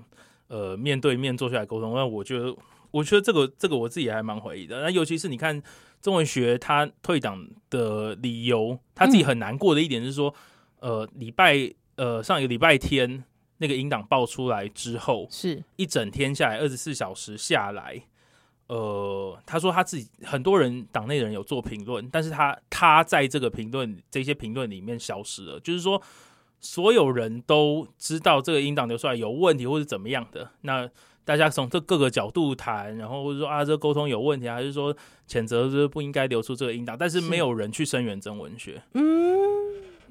呃面对面坐下来沟通？那我觉得，我觉得这个这个我自己还蛮怀疑的。那尤其是你看郑文学他退党的理由，他自己很难过的一点是说，呃，礼拜呃上一个礼拜天。那个英党爆出来之后，是一整天下来，二十四小时下来，呃，他说他自己很多人党内人有做评论，但是他他在这个评论这些评论里面消失了，就是说所有人都知道这个英党流出来有问题或是怎么样的，那大家从这各个角度谈，然后或者说啊这沟通有问题啊，还是说谴责就是不应该流出这个英党，但是是没有人去声援真文学，嗯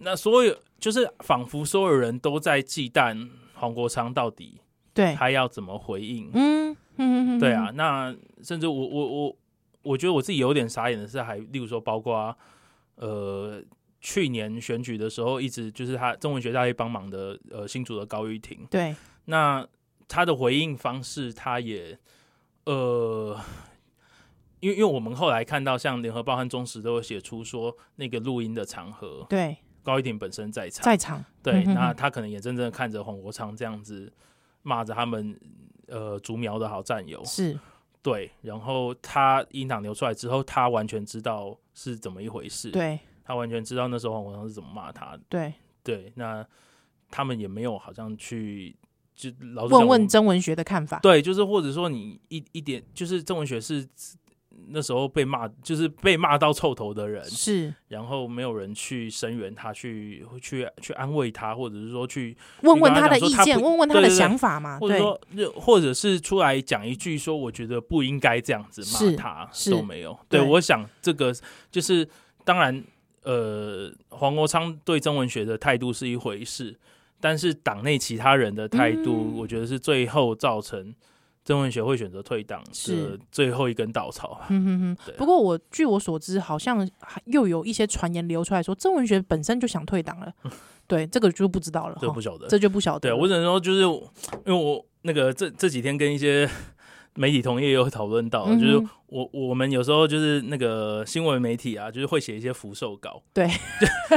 那所有就是仿佛所有人都在忌惮黄国昌到底对，他要怎么回应，嗯嗯嗯嗯，对啊，那甚至我我我我觉得我自己有点傻眼的是还，例如说包括啊呃去年选举的时候，一直就是他中文学大会帮忙的呃新竹的高玉婷，对，那他的回应方式，他也呃。因为因为我们后来看到，像联合报和中时都有写出说，那个录音的场合，对，高玉婷本身在场，在场，对，嗯哼那哼他可能眼睁睁地看着黄国昌这样子骂着他们呃竹苗的好战友，是对，然后他音档流出来之后，他完全知道是怎么一回事，对他完全知道那时候黄国昌是怎么骂他的。对，对，那他们也没有好像去就老实讲问我问们真文学的看法，对，就是或者说你一一点就是郑文学是那时候被骂，就是被骂到臭头的人，是然后没有人去声援他，去去去安慰他，或者是说去问问你刚刚的讲说意他见，不问问他对的对对想法嘛，或者啊对，说，就或者是出来讲一句说，我觉得不应该这样子是骂他，是都没有。对，对我想这个就是当然，呃，黄国昌对曾文学的态度是一回事，但是党内其他人的态度嗯，我觉得是最后造成曾文学会选择退党的是最后一根稻草吧。嗯哼哼对。不过我据我所知，好像还又有一些传言流出来说，郑文学本身就想退党了。对，这个就不知道了嗯这个哈不，晓得，这就不晓得对了。我只能说，就是因为我那个这这几天跟一些 [laughs] 媒体同业也有讨论到，嗯哼就是我我们有时候就是那个新闻媒体啊，就是会写一些福寿稿，对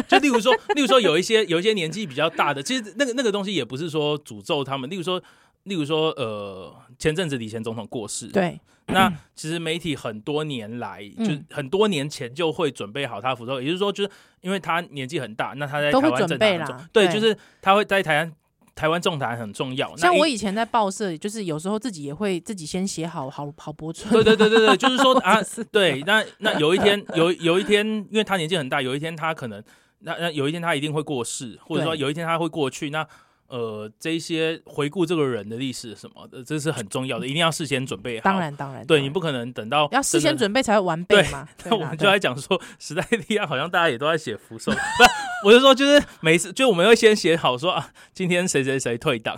就，就 [laughs] 例如说，例如说有一些有一些年纪比较大的，其实那个那个东西也不是说诅咒他们，例如说。例如说，呃，前阵子李前总统过世，，对那其实媒体很多年来，嗯就是很多年前就会准备好他福寿，也就是说，就是因为他年纪很大，那他在都台会湾准政备坛很啦重，对，对就是他会在台湾台湾政坛很重要。像哦那我一以前在报社，就是有时候自己也会自己先写好好好博 [laughs] 春。对对对对对，就是说啊 [laughs] 者是，对，那那有一天有有一天，因为他年纪很大，有一天他可能那那有一天他一定会过世，或者说对有一天他会过去，那。呃，这一些回顾这个人的历史什么的，这是很重要的，一定要事先准备好。当，然当然，对当你然不可能等到要事真的先准备才会完备对 [laughs] 嘛。那对我啦们就对在讲说时代力量，好像大家也都在写福寿，不 [laughs] 是？我是说，就是每次，就我们会先写好说啊，今天谁谁谁退党，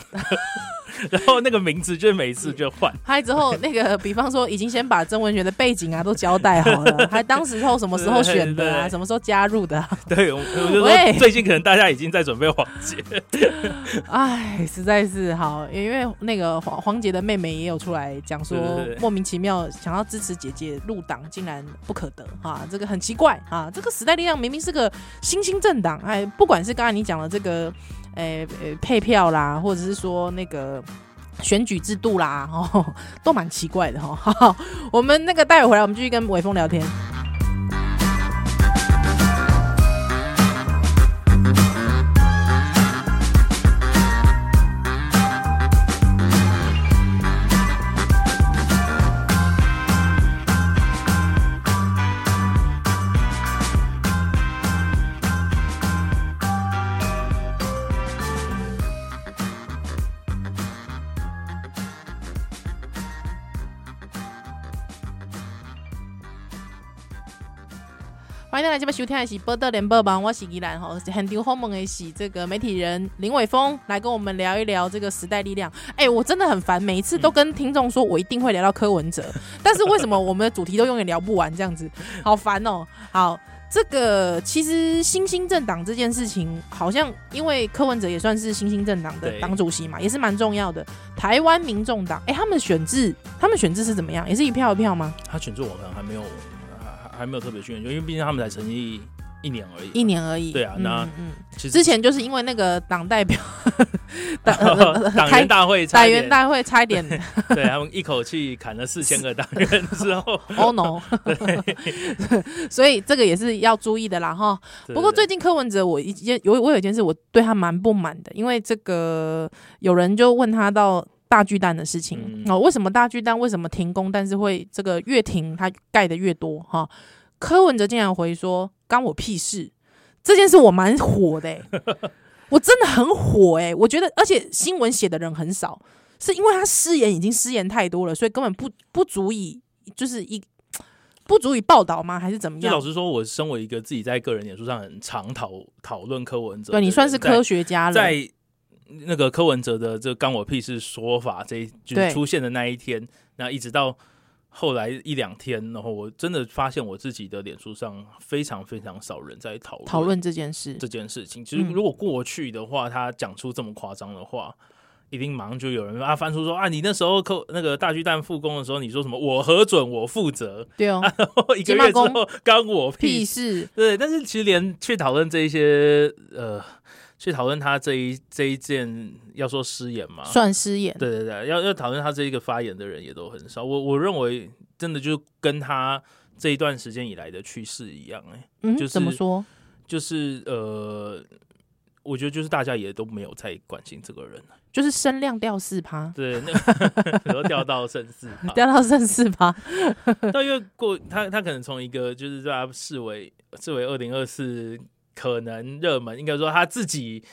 [laughs] 然后那个名字就每次就换，嗨之后，那个比方说，已经先把曾文学的背景啊都交代好了，还当时候什么时候选的对对啊，对什么时候加入的、啊， [laughs] 对，我我就喂说最近可能大家已经在准备黄节，哎，实在是好，因为那个黄黄杰的妹妹也有出来讲说对对对，莫名其妙想要支持姐姐入党，竟然不可得啊，这个很奇怪啊，这个时代力量明明是个新兴政党，哎，不管是刚才你讲的这个，哎、呃配票啦，或者是说那个。选举制度啦，哦，都蛮奇怪的哈、哦。我们那个待会回来，我们继续跟伟峰聊天。欢迎大家这边收听的是《波特联播网》，我是依兰吼，很丢后门的是这个媒体人林伟峰来跟我们聊一聊这个时代力量。哎、我真的很烦，每一次都跟听众说我一定会聊到柯文哲， [laughs] 但是为什么我们的主题都永远聊不完这样子，好烦哦、好。这个其实新兴政党这件事情，好像因为柯文哲也算是新兴政党的对党主席嘛，也是蛮重要的。台湾民众党，哎、他们选制，他们选制是怎么样？也是一票一票吗？ [laughs] 他选中我们还没有，还还还没有特别训练，因为毕竟他们才成立一年而已。一年而已。对啊嗯那嗯嗯其实之 [laughs] 前就是因为那个党代表党呃哦党员大会差党一员点，大会差一点 [laughs] 对他们一口气砍了四千个党员之 [laughs] 后， oh no，所 [laughs] 以这个也是要注意的啦哈。对不过最对近柯文哲，我一件有我有一件事，我对他蛮不满的，因为这个有人就问他到大巨蛋的事情、嗯哦，为什么大巨蛋为什么停工，但是会这个越停它盖的越多哈、柯文哲竟然回说干我屁事，这件事我蛮火的、欸，我真的很火哎、我觉得而且新闻写的人很少，是因为他失言已经失言太多了，所以根本不不足以就是一。不足以报道吗？还是怎么就样老？实说，我身为一个自己在个人脸书上很常讨讨论柯文哲的对人，你算是在科学家了。在那个柯文哲的这个“干我屁事”说法这一就是对出现的那一天，那一直到后来一两天，然后我真的发现我自己的脸书上非常非常少人在讨论讨论这件事。这件事情。其实嗯如果过去的话，他讲出这么夸张的话。一定马上就有人啊翻出说啊，你那时候扣那个大巨蛋复工的时候，你说什么我核准我负责，对哦，然后一个月之后干我啊屁屁事。对，但是其实连去讨论这一些呃，去讨论他这一这一件要说失言嘛，算失言，啊对对对，要要讨论他这一个发言的人也都很少。我我认为真的就跟他这一段时间以来的趋势一样、哎，嗯，就是怎么说？就是呃。我觉得就是大家也都没有在关心这个人，啊就是声量掉四趴，对，那个 [laughs] 然后掉到甚至啊，掉到剩四 [laughs] 趴， [laughs] 但因为过他他可能从一个就是大家视为视为二零二四可能热门，应该说他自己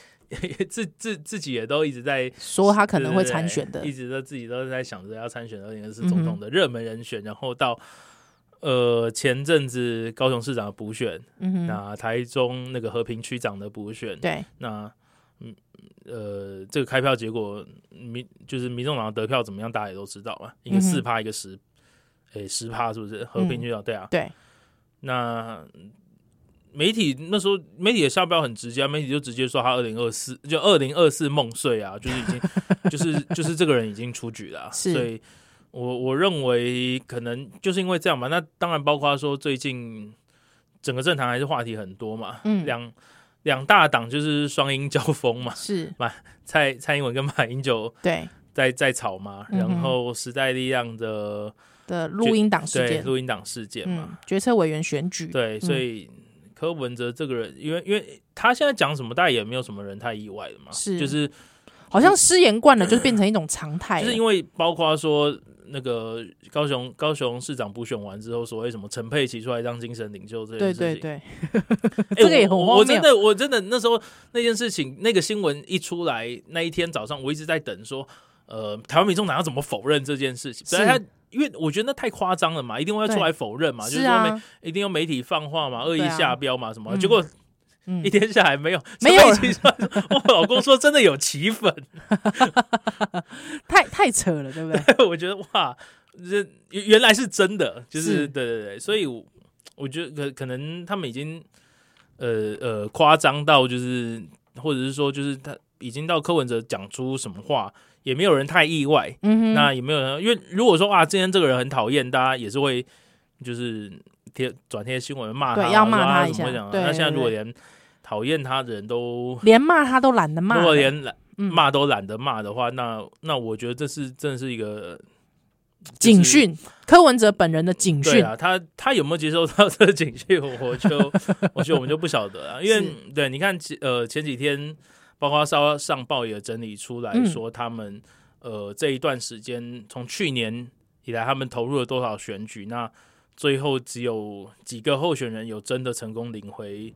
自自自己也都一直在说他可能会参选的嗯对对对。一直都自己都在想着要参选二零二四总统的热门人选，然后到呃前阵子高雄市长的补选，嗯哼，那台中那个和平区长的补选，对，那嗯呃，这个开票结果，民就是民众党得票怎么样，大家也都知道嘛，一嗯哼个嗯四趴，一个十，诶十趴是不是？和平区长、对啊，对，那媒体那时候媒体的下标很直接啊，媒体就直接说他二零二四就二零二四梦碎啊，就是已经就是就是这个人已经出局了啊、 [laughs] 是所以我我认为可能就是因为这样嘛，那当然包括说最近整个政坛还是话题很多嘛，嗯两两大党就是双鹰交锋嘛， [laughs] 是，蔡蔡英文跟马英九对在在吵嘛，嗯哼然后时代力量的的录音档事对件，录音党事件嘛，嗯，决策委员选举，对，所以柯文哲这个人，因为因为他现在讲什么，大家也没有什么人太意外的嘛，是哎就是好像失言惯了，就变成一 [clears throat] 种常态就了。是因为包括说那个高雄高雄市长补选完之后，所谓什么陈佩琪出来当精神领袖这件对对事情，对，哎， [laughs] 这个也很我荒我真谬的我真的那时候那件事情那个新闻一出来那一天早上，我一直在等说，呃，台湾民众党要怎么否认这件事情？是本来他。因为我觉得那太夸张了嘛，一定会要对出来否认嘛，就是是说媒啊，一定要媒体放话嘛，恶意对啊下标嘛什么，嗯结果嗯一，天下来没有，没有陈佩琪说 [laughs] 我老公说真的有起粉，太太扯了， [laughs] 对不对？我觉得哇，这原原来是真的，就是是对对对，所以我我觉得可可能他们已经呃呃夸张到就是，或者是说就是他已经到柯文哲讲出什么话，也没有人太意外，嗯哼，那也没有人，因为如果说啊，今天这个人很讨厌，大家也是会就是贴转贴新闻骂他，对要骂说他啊一怎么会下讲啊对那现在对如果对连讨厌他的人都连骂他都懒得骂如果了，连懒嗯骂都懒得骂的话，那那我觉得这是真的是一个就是警讯，柯文哲本人的警对讯，啊，他他有没有接受到这个警讯，我就我觉得我们就不晓得啊了，因为对，你看前呃前几天，包括上上报也整理出来嗯说，他们、呃这一段时间从去年以来，他们投入了多少选举，那最后只有几个候选人有真的成功领回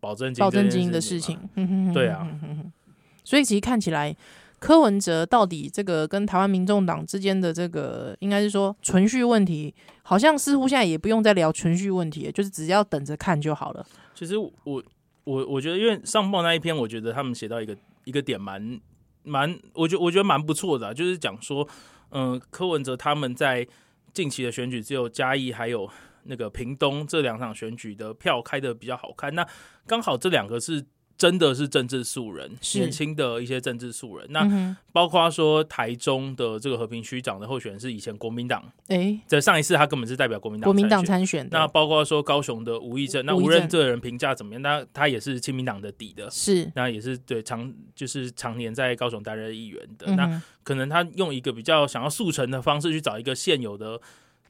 保证金保这证件金的事事情嘛情。嗯哼对啊，嗯哼嗯哼所以其实看起来柯文哲到底这个跟台湾民众党之间的这个，应该是说存续问题，好像似乎现在也不用再聊存续问题了，就是只要等着看就好了。其实我我我觉得，因为上报那一篇，我觉得他们写到一个一个点蛮蛮，我觉我觉得蛮不错的啊、就是讲说，嗯、柯文哲他们在近期的选举，只有嘉义还有那个屏东这两场选举的票开的比较好看，那刚好这两个是。真的是政治素人，是年轻的一些政治素人。那嗯哼，包括说台中的这个和平区长的候选人是以前国民党，哎，在上一次他根本是代表国民党国民参党选参选那的，包括说高雄的吴义正，那吴益无论政这个人评价怎么样，那他也是亲民党的底的，是，那也是对长就是常年在高雄担任议员的。嗯那哼，可能他用一个比较想要速成的方式去找一个现有的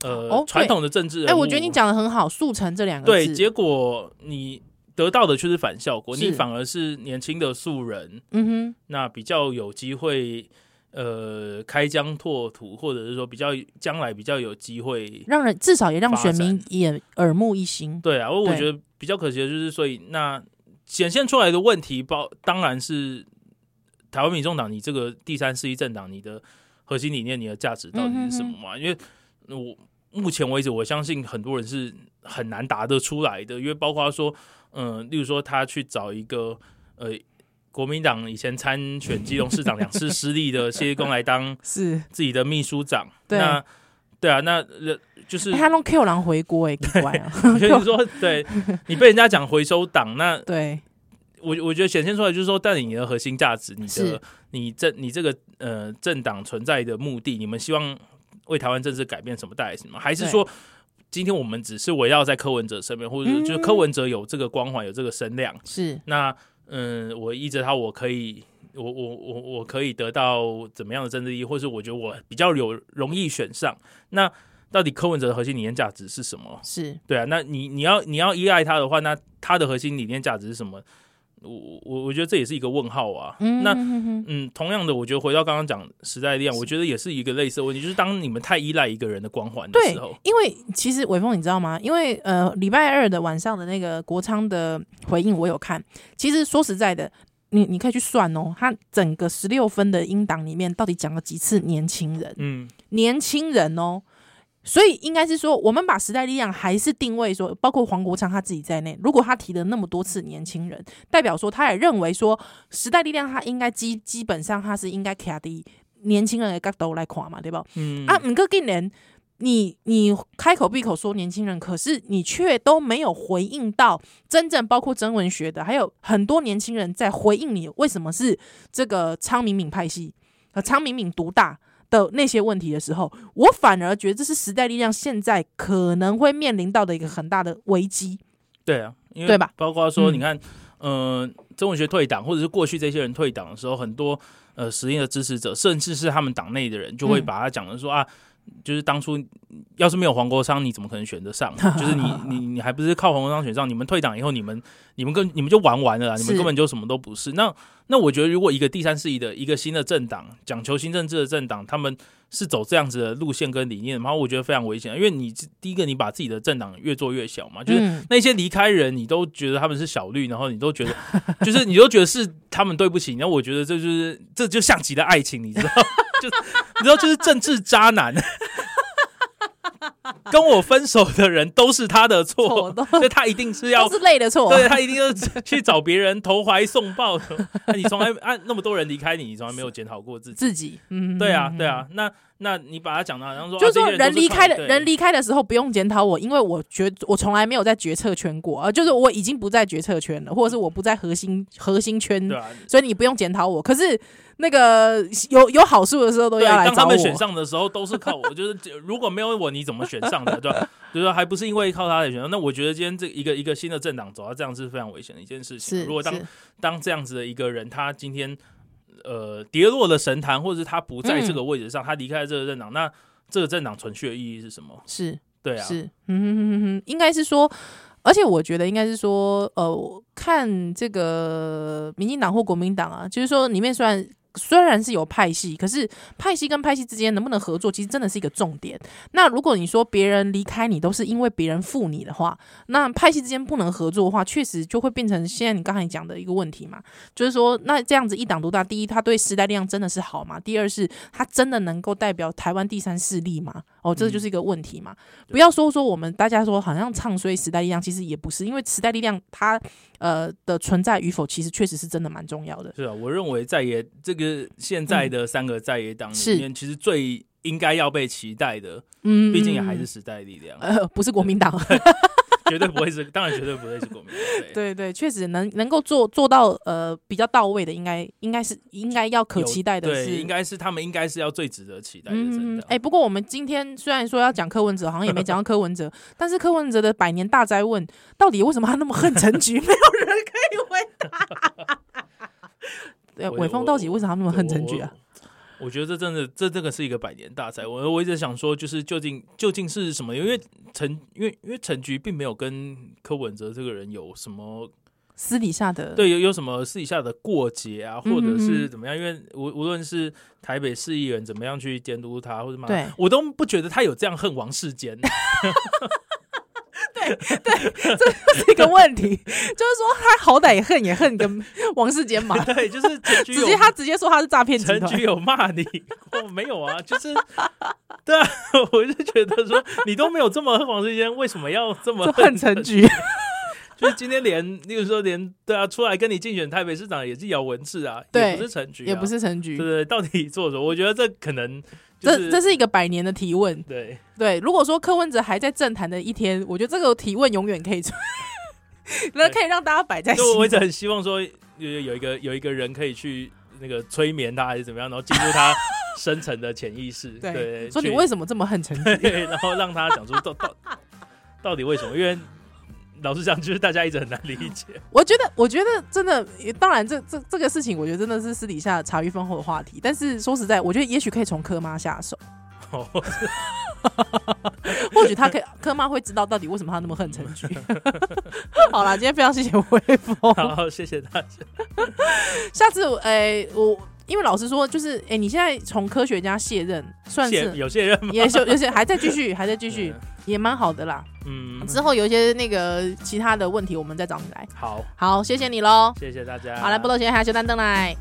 呃、哦对传统的政治人物，哎，我觉得你讲的很好，速成这两个对，字，结果你得到的却是反效果，是你反而是年轻的素人，嗯那比较有机会。呃，开疆拓土，或者是说比较将来比较有机会哼，让人至少也让发选展民也耳目一新，对啊，我我对觉得比较可惜的就是，所以那显现出来的问题包当然是台湾民众党，你这个第三势力政党，你的核心理念、你的价值到底是什嗯么嘛？因为我目前为止，我相信很多人是很难答得出来的，因为包括说，嗯、例如说他去找一个呃。国民党以前参选基隆市长两次失利的谢立功来当是，自己的秘书长， [laughs] 对那对啊，那呃就是哎他弄 Q 狼回锅，哎，奇怪啊， [laughs] 就是说，对 [laughs] 你被人家讲回收党，那对，我我觉得显现出来就是说，但你的核心价值，你是的你这你这个呃政党存在的目的，你们希望为台湾政治改变什么带来什么，还是对说？今天我们只是围绕在柯文哲身边，或者嗯就是柯文哲有这个光环，有这个声量。是，那嗯，我依着他，我可以，我我我我可以得到怎么样的政治意义，或是我觉得我比较有容易选上。那到底柯文哲的核心理念价值是什么？是，对啊，那你你要你要依赖他的话，那他的核心理念价值是什么？我我我觉得这也是一个问号啊。嗯，那哼哼哼嗯，同样的，我觉得回到刚刚讲时代力量，我觉得也是一个类似的问题，就是当你们太依赖一个人的光环的对时候，，因为其实伟峰，你知道吗？因为呃，礼拜二的晚上的那个国昌的回应我有看。其实说实在的，你你可以去算哦，他整个十六分的音档里面到底讲了几次年轻人？嗯，年轻人哦。所以应该是说，我们把时代力量还是定位说，包括黄国昌他自己在内。如果他提了那么多次年轻人，代表说他也认为说，时代力量他应该基基本上他是应该卡低年轻人的角度来看嘛，对吧？嗯啊，五个竟然你你开口闭口说年轻人，可是你却都没有回应到真正包括真文学的，还有很多年轻人在回应你为什么是这个昌明敏派系和昌明敏独大。的那些问题的时候，我反而觉得这是时代力量现在可能会面临到的一个很大的危机。对啊，因为对吧？包括说，嗯你看，嗯、呃，曾文学退党，或者是过去这些人退党的时候，很多呃实验的支持者，甚至是他们党内的人，就会嗯把他讲的说、啊。就是当初要是没有黄国昌，你怎么可能选得 [laughs] 上？就是你你你还不是靠黄国昌选上？你们退党以后，你们你们跟你们就玩完了啦，你们是根本就什么都不是。那那我觉得，如果一个第三势力的一个新的政党，讲求新政治的政党，他们是走这样子的路线跟理念的话，然后我觉得非常危险。因为你第一个，你把自己的政党越做越小嘛，就是嗯，那些离开人，你都觉得他们是小绿，然后你都觉得，就是你都觉得是他们对不起，然后我觉得这就是这就像极了爱情，你知道， [laughs] 就你知道就是政治渣男，跟我分手的人都是他的错错，都 [laughs] 所以他一定是要都是累的错。对他一定要去找别人投怀送抱的， [laughs] 啊你从来啊那么多人离开你，你从来没有检讨过自己，自己，嗯，对啊对，啊，那那你把他讲的好像说，就是啊说这些都人是离开创的对人离开的时候不用检讨我，因为我决我从来没有在决策圈过，呃，就是我已经不在决策圈了，或者是我不在核心核心圈对，啊，所以你不用检讨我。可是那个有有好处的时候都对，要来当找他我们，选上的时候，都是靠 [laughs] 我，就是如果没有我，你怎么选上的？对吧？就是说还不是因为靠他来选上？那我觉得今天这一个一个新的政党走到这样是非常危险的一件事情。是如果当是当这样子的一个人，他今天呃跌落了神坛，或者是他不在这个位置上，他离开了这个嗯政党，那这个政党存续的意义是什么？是对啊，是，嗯哼哼哼哼，应该是说，而且我觉得应该是说，呃，看这个民进党或国民党啊，就是说里面虽然虽然是有派系，可是派系跟派系之间能不能合作，其实真的是一个重点。那如果你说别人离开你都是因为别人负你的话，那派系之间不能合作的话，确实就会变成现在你刚才讲的一个问题嘛，就是说那这样子一党独大，第一，它对时代力量真的是好吗？第二是它真的能够代表台湾第三势力吗？哦，这嗯就是一个问题嘛。不要说说我们大家说好像唱衰时代力量，其实也不是，因为时代力量它呃的存在与否，其实确实是真的蛮重要的。是啊，我认为在野这个现在的三个在野党是里面，其实最应该要被期待的，嗯，毕竟也还是时代力量，呃不是国民党，绝对不会是，当然绝对不会是国民党。[laughs] 对对，对，确实能能够做做到呃比较到位的，应该应该是应该要可有期待的对是应。该是他们应该是要最值得期待的嗯政嗯，党。哎、不过我们今天虽然说要讲柯文哲，好像也没讲到柯文 [laughs] 哲，但是柯文哲的百年大灾问，到底为什么他那么恨陈菊？ [laughs] 没有人可以回答。 [laughs] 对，我伟峰到底为什么他那么对恨陈菊啊？？我我我觉得这真的，这这个是一个百年大赛。我我一直想说，就是究竟究竟是什么？因为陈，因为因为陈菊并没有跟柯文哲这个人有什么私底下的，对有有什么私底下的过节啊，或者嗯嗯是嗯怎么样？因为无无论是台北市议员怎么样去监督他，或者嘛， [laughs] 对我都不觉得他有这样恨王世坚。这个问题，就是说他好歹也恨也恨个王世坚嘛，啊 [laughs] 对，就是 [laughs] 陈菊有直接他直接说他是诈骗集啊陈团菊。有骂你， [laughs] 我没有啊，就是 [laughs] 对啊， [laughs] 我就觉得说你都没有这么恨王世坚，为什么要这么这恨陈菊，就是今天连，例如说连对啊，出来跟你竞选台北市长也是姚文智啊，对也不是陈菊、啊，也不，是陈对菊，对，到底做什么？我觉得这可能、就是、这这是一个百年的提问。对，对，如果说柯文哲还在政坛的一天，我觉得这个提问永远可以出， [laughs] 那可以让大家摆在心就我一直上。很希望说有有有一个有一个人可以去那个催眠他还是怎么样，然后进入他 [laughs] 深层的潜意识，对，对，说你去为什么这么恨陈菊？对， [laughs] 然后让他讲出到到到底为什么？因为老实讲，就是大家一直很难理解，我觉得，我觉得真的，也当然这这这个事情，我觉得真的是私底下茶余饭后的话题。但是说实在，我觉得也许可以从柯妈下手，哦或许他可以柯妈会知道到底为什么他那么恨陈菊。好啦，今天非常谢谢威风。好，谢谢大家。下次，哎、我因为老实说，就是哎、你现在从科学家卸任，算谢是有些人吗也是有些还在继 [laughs] 续，还在继续，也蛮好的啦。嗯，之后有一些那个其他的问题，我们再找你来。好，好，谢谢你喽。谢谢大家。好，来，波多先生还有修丹登来。